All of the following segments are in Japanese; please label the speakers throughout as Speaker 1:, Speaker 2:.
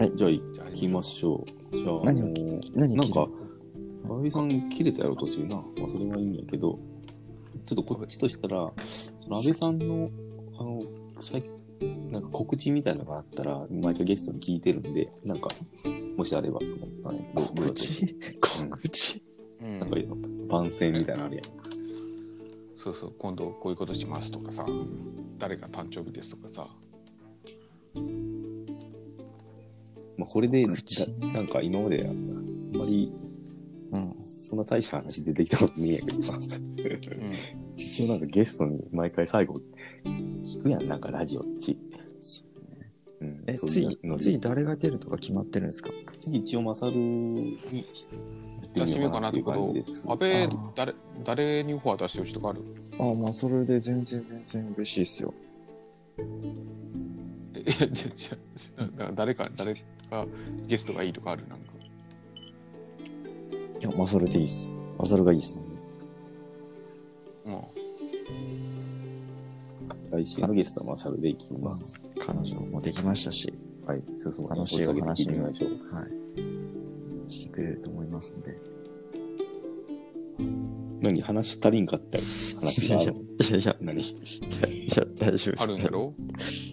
Speaker 1: はい
Speaker 2: じゃあ行きましょう。じゃあ、
Speaker 1: 何を
Speaker 2: あのー
Speaker 1: 何
Speaker 2: なんか
Speaker 1: 切、
Speaker 2: 青木さん切れたやろ、途中な。まあ、それはいいんやけど、ちょっとこっちとしたら、その安倍さんの、あの、最なんか告知みたいなのがあったら、毎回ゲストに聞いてるんで、なんか、もしあればと思ったね。どう
Speaker 3: 告知告知
Speaker 1: う
Speaker 2: どうだ
Speaker 1: ん
Speaker 2: ったなんか、番宣みたいなのあるやん。
Speaker 3: そうそう、今度こういうことしますとかさ、誰が誕生日ですとかさ、
Speaker 2: まあ、これで、
Speaker 1: 告知
Speaker 2: だなんか今まで、あんまり、
Speaker 1: うん
Speaker 2: そんな大した話出てきたことねえんやけどさ。
Speaker 1: うん
Speaker 2: 一応なんかゲストに毎回最後聞くやん、なんかラジオっち。うん
Speaker 1: え
Speaker 2: そう
Speaker 1: 次
Speaker 2: うので
Speaker 1: 次誰が出るとか決まってるんですか
Speaker 2: 次一応マサルに
Speaker 3: 出してみようかなってこと
Speaker 2: いう感じです
Speaker 3: 安倍
Speaker 1: あー、
Speaker 3: 誰誰にオファー出してる人がある
Speaker 1: ああまあそれで全然全然嬉しいですよ
Speaker 3: え、いや、じゃじゃなな誰か、誰かゲストがいいとかあるなんか。
Speaker 1: いやまあそれでいいっすまあそれがいいっす
Speaker 3: うん。
Speaker 2: 来週のゲストはマサルでいきます。
Speaker 1: 彼女もできましたし
Speaker 2: はい、そうそう
Speaker 1: 楽しいお話
Speaker 2: 掘り下げていきましょう。
Speaker 1: してくれると思いますんで
Speaker 2: 何話足りんかったり話
Speaker 1: い
Speaker 2: が
Speaker 1: や
Speaker 2: あ
Speaker 1: いや
Speaker 2: る
Speaker 1: い。やいや
Speaker 2: 何
Speaker 1: いや大丈夫です
Speaker 3: あるんだろ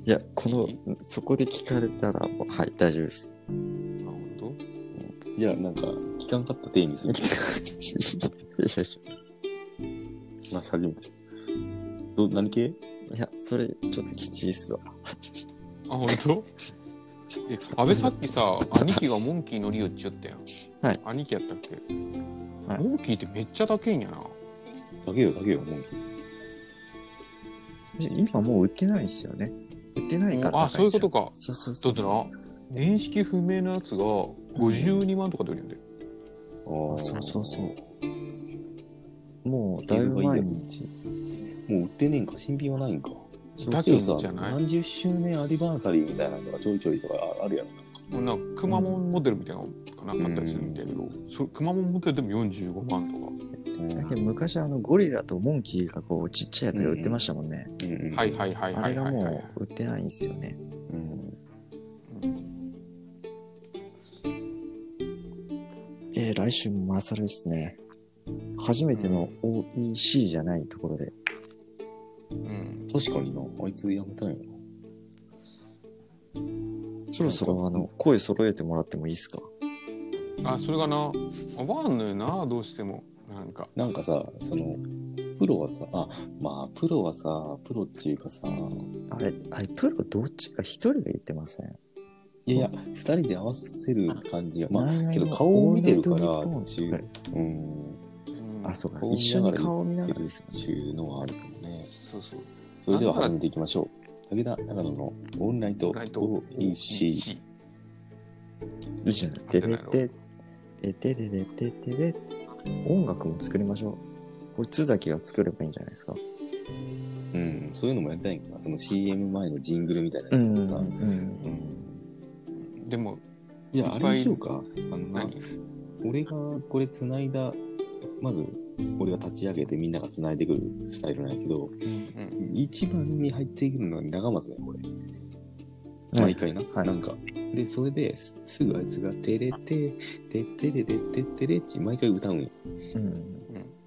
Speaker 1: いやこのそこで聞かれたらもうはい大丈夫です
Speaker 3: あ、本当
Speaker 2: じゃあなんか聞かんかった手にする。
Speaker 1: いやいや
Speaker 2: 話し始めて。ど何系
Speaker 1: いや、それ、ちょっときちいっすわ。
Speaker 3: あ、本当 え、安倍さっきさ、兄貴がモンキー乗りよっちゃったやん。
Speaker 1: はい。
Speaker 3: 兄貴やったっけ、
Speaker 1: はい
Speaker 3: モンキーってめっちゃ高いんやな。
Speaker 2: だけよ、だけよ、もう。
Speaker 1: 今もう売ってないっすよね。売ってないから。
Speaker 3: あ、そういうこと。か。
Speaker 1: そうそう
Speaker 3: だ
Speaker 1: そ
Speaker 3: っ
Speaker 1: う
Speaker 3: てな、年式不明のやつが52万とかで売るんだよ。
Speaker 2: あ
Speaker 1: あ
Speaker 2: あ
Speaker 1: そうそうそう。もう、だいぶ前に。
Speaker 2: もう売ってねえんか、新品はないんか。
Speaker 1: そう
Speaker 3: だ
Speaker 2: け
Speaker 3: け
Speaker 2: ど
Speaker 3: ど
Speaker 2: さ
Speaker 3: じゃない
Speaker 2: 何十周年アニバーサリーみたいなのがちょいちょいとかあるやろ
Speaker 3: もうなんか、くまモンモデルみたいなのかな、
Speaker 2: うん
Speaker 3: あったりするみたいだけど、そくまモンモデルでも45万とか。
Speaker 1: だけど昔、あの、ゴリラとモンキーがこう、ちっちゃいやつが売ってましたもんね。
Speaker 2: うん
Speaker 3: はいはいはい
Speaker 1: あ
Speaker 3: は
Speaker 1: れ
Speaker 3: いは
Speaker 1: が
Speaker 3: い、はい
Speaker 1: もう売ってないんすよね。
Speaker 2: うん
Speaker 3: うん
Speaker 1: えー、来週もマサルですね。初めての OEC じゃないところで。
Speaker 3: うん。
Speaker 2: 確かになあいつやめたんやな
Speaker 1: そろそろ、あの、声揃えてもらってもいいっすか
Speaker 3: あ、それがな、合わんのよな、どうしても。なんか。
Speaker 2: なんかさそのプロはさあまあプロはさプロっていうかさ
Speaker 1: あれ、あれ、プロどっちか一人が言ってません
Speaker 2: いやいや2人で合わせる感じがま
Speaker 1: ナイナ
Speaker 2: あ
Speaker 1: イの
Speaker 2: けど顔を見てるから
Speaker 1: オールナイトニッポン
Speaker 2: っていううん
Speaker 3: うん
Speaker 1: あ、そうか。
Speaker 2: こう
Speaker 1: 一緒に顔を見な
Speaker 2: って
Speaker 1: がら
Speaker 2: るっ
Speaker 1: ですよね。
Speaker 2: ていうのはあるかもね
Speaker 3: そうそう。
Speaker 2: それでは始めていきましょう武田長野のオンライト
Speaker 3: ライト
Speaker 2: OEC
Speaker 1: いいじゃない。ででで、ででででででで、音楽も作りましょう。これ、津崎が作ればいいんじゃないですか。
Speaker 2: うん、そういうのもやりたいんかな。その CM 前のジングルみたいなや
Speaker 1: う
Speaker 2: つ
Speaker 1: ん
Speaker 2: と
Speaker 1: う
Speaker 2: かさ。
Speaker 1: ん。
Speaker 2: うん
Speaker 3: でも、
Speaker 2: じゃあ、あれにしようか。あのな
Speaker 3: 何
Speaker 2: 俺がこれ繋いだ、まず、俺が立ち上げてみんなが繋いでくるスタイルなんやけど、
Speaker 3: うん。
Speaker 2: 一番に入っていくるのは長松だよ、これ。
Speaker 1: は
Speaker 2: 毎
Speaker 1: い。
Speaker 2: 回な。
Speaker 1: はい
Speaker 2: なんか。で、それですすぐあいつが、てれて、てってれれてってれっち、毎回歌うんよ
Speaker 1: うん。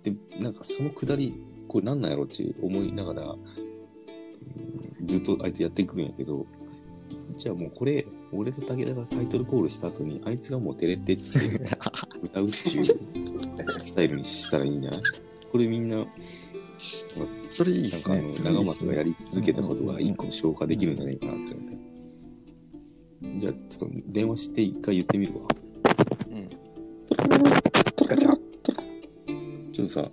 Speaker 2: でなんかそのくだりこれなんなんやろっていう思いながらうんずっとあいつやっていくんやけどじゃあもうこれ俺と武田がタイトルコールした後にあいつがもう照れてって歌うっていうスタイルにしたらいいんじゃないこれみんななんか
Speaker 1: それいいっ
Speaker 2: あ
Speaker 1: す
Speaker 2: の
Speaker 1: ね。それいい
Speaker 2: 長
Speaker 1: っす
Speaker 2: 松がや
Speaker 1: ね。
Speaker 2: り続けたことが一個消化できるんじゃないかなって思ってじゃあちょっと電話して一回言ってみるわ
Speaker 3: うん。
Speaker 2: ガチャちょっとさ、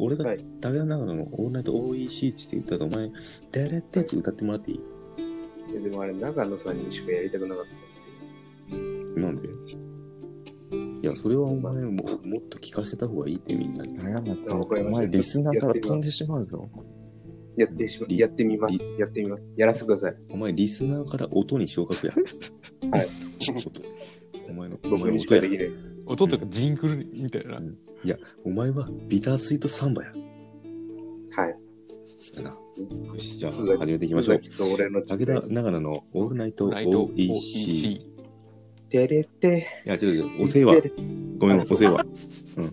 Speaker 2: 俺が
Speaker 1: はい
Speaker 2: 武田長野のオールナイト OEC って言ったらお前、デレってち歌ってもらっていい
Speaker 4: いやでもあれ、長野さんにしかやりたくなかったんですけ
Speaker 2: なんでいや、それはお前ももっと聞かせた方がいいってみんなに。
Speaker 1: 長松、
Speaker 4: わかり
Speaker 1: お
Speaker 4: ました
Speaker 1: 前、リスナーから
Speaker 4: やってみます
Speaker 1: 飛んでしまうぞ。
Speaker 4: ど、やってしま、
Speaker 2: り
Speaker 4: やってみます
Speaker 2: り。
Speaker 4: やってみます。やらせてください。
Speaker 2: お前、リスナーから音に昇格や。
Speaker 4: はい
Speaker 2: 音。お前の、お
Speaker 4: 僕
Speaker 2: 前の
Speaker 4: にしか
Speaker 2: 音や
Speaker 4: で。きない。
Speaker 3: 音とかジングルみたいな。
Speaker 2: お前はビタースイートサンバや。
Speaker 4: はい。
Speaker 2: そうやな。よし、じゃあ
Speaker 4: 須崎
Speaker 2: 始めていきましょう。
Speaker 4: 須崎と俺の
Speaker 2: 武田長野のオールナイト
Speaker 3: ライト
Speaker 2: OEC。
Speaker 3: OEC。
Speaker 4: てれって。
Speaker 2: いや、違う違う、お世話。ごめん、
Speaker 4: あ
Speaker 2: お世話。うん。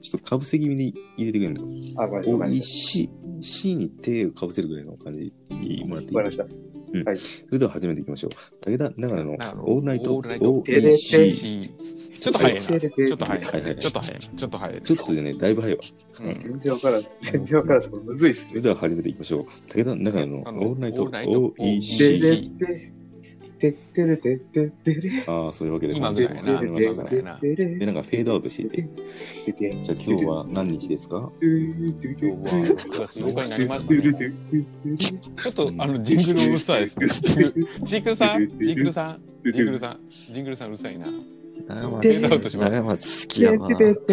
Speaker 2: ちょっとかぶせ気味に入れてくれるの。
Speaker 4: あ、ごめんご
Speaker 2: お
Speaker 4: めん
Speaker 2: いし、しに手をかぶせるぐらいの感じにもらってい
Speaker 4: わかりま
Speaker 2: い
Speaker 4: した。
Speaker 2: それでは始めていきましょう。武田長野の
Speaker 3: 長野
Speaker 2: オールナイト
Speaker 3: オールナイト
Speaker 2: OEC。
Speaker 3: ちょっと早いな。
Speaker 4: てれて
Speaker 3: ちょっと早い
Speaker 2: はいはい
Speaker 3: な。ちょっと早いな。ちょっと早いな。
Speaker 2: ちょっとでね、だいぶ早いわ。
Speaker 3: うん
Speaker 4: 全然わからん。全然わからん。これむずいっす
Speaker 2: そ
Speaker 4: ね
Speaker 2: れ。では始めていきましょう。武田長野の
Speaker 3: あの
Speaker 2: オールナイト
Speaker 3: オールナイト
Speaker 4: て
Speaker 2: OEC
Speaker 3: OEC。
Speaker 4: れって。てってれてってってれ。
Speaker 2: ああ、そういうわけで
Speaker 3: 今
Speaker 2: 話
Speaker 3: ぐ
Speaker 2: し
Speaker 3: らい
Speaker 2: て
Speaker 3: や
Speaker 2: もら
Speaker 3: な
Speaker 2: えま
Speaker 3: 今
Speaker 2: し
Speaker 3: ぐ
Speaker 2: た
Speaker 3: らい
Speaker 2: ね
Speaker 3: やな
Speaker 2: で、なんかフェードアウトしていて。じゃあ今日は何日ですか
Speaker 3: 今日は9月8日になりましたね。ちょっとあのジングルうるさいですね。 ジングルさん、ジングルさん、ジングルさん、ジングルさんうるさいな。フ
Speaker 1: 長
Speaker 3: フ
Speaker 1: 松
Speaker 3: ェードアウトします
Speaker 1: 長松好きやわ。フ
Speaker 3: ェ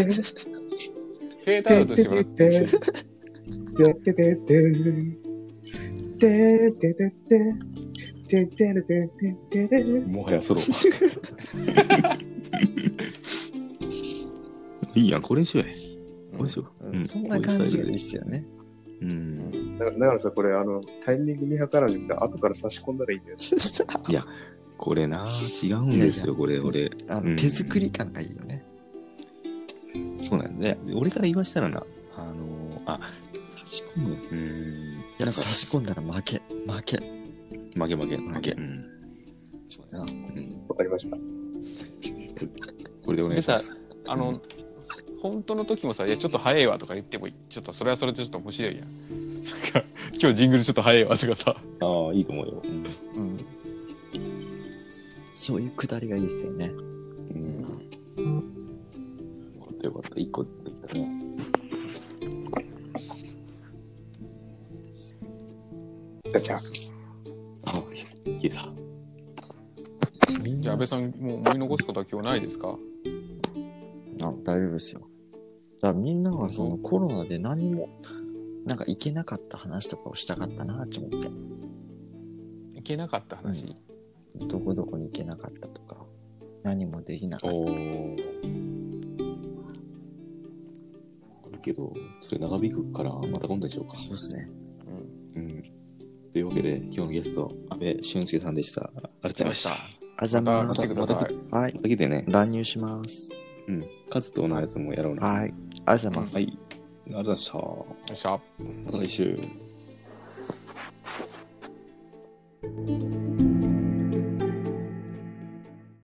Speaker 3: ードアウトしてもらって。
Speaker 2: もはやソロ。 いいやん、これにしようや。これにしよう。
Speaker 1: うんそんな感じがいいっすよね。
Speaker 2: うん。
Speaker 4: 長野さん、これ、あの、タイミング見計らんで、後から差し込んだらいいんだよ。
Speaker 2: これな、違うんですよ、これ、俺。
Speaker 1: あ
Speaker 2: うん
Speaker 1: の手作り感がいいよね。
Speaker 2: そうなんだね。俺から言わしたらな、あのー、あ、差し込む。うん。
Speaker 1: いや、差し込んだら負け、負け。
Speaker 2: 負け負け。
Speaker 1: 負け
Speaker 2: うん。そうやな。うん。
Speaker 4: わかりました。
Speaker 2: これでお願い
Speaker 3: で
Speaker 2: しま
Speaker 3: さ
Speaker 2: す。、
Speaker 3: あの、本当の時もさ、いや、ちょっと早いわとか言ってもいい。ちょっとそれはそれでちょっと面白いやん。なんか、今日ジングルちょっと早いわとかさ。
Speaker 2: ああ、いいと思うよ。うん
Speaker 3: うん。
Speaker 1: そういうくだりがいいっすよね。
Speaker 2: うん。よかったよかった。一個できたね。
Speaker 4: じゃじゃ
Speaker 2: あ、いけた。
Speaker 1: みん
Speaker 3: じゃあ、
Speaker 1: な
Speaker 3: 安倍さん、もう思い残すことは今日ないですか
Speaker 1: あ大丈夫ですよ。だからみんながそのコロナで何も、なんか行けなかった話とかをしたかったなと思って。
Speaker 3: いけなかった話。
Speaker 1: どこどこに行けなかったとか、何もできなかった。
Speaker 2: おー。あるけど、それ長引くから、また今度にしようか。
Speaker 1: そうですね。
Speaker 3: うん。
Speaker 2: うん。というわけで、今日のゲスト、安倍俊介さんでした。ありがとうございました。ま
Speaker 1: あざま
Speaker 3: また来てくだ
Speaker 1: ー
Speaker 3: さい。
Speaker 1: す。はい。
Speaker 2: た来てね、
Speaker 1: 乱入します。
Speaker 2: うん。カズとのやつもやろうな。。
Speaker 1: はいい。あざま
Speaker 2: は
Speaker 1: す。
Speaker 2: い。ありがとうございました。ま
Speaker 3: よっしゃ。
Speaker 2: た来週。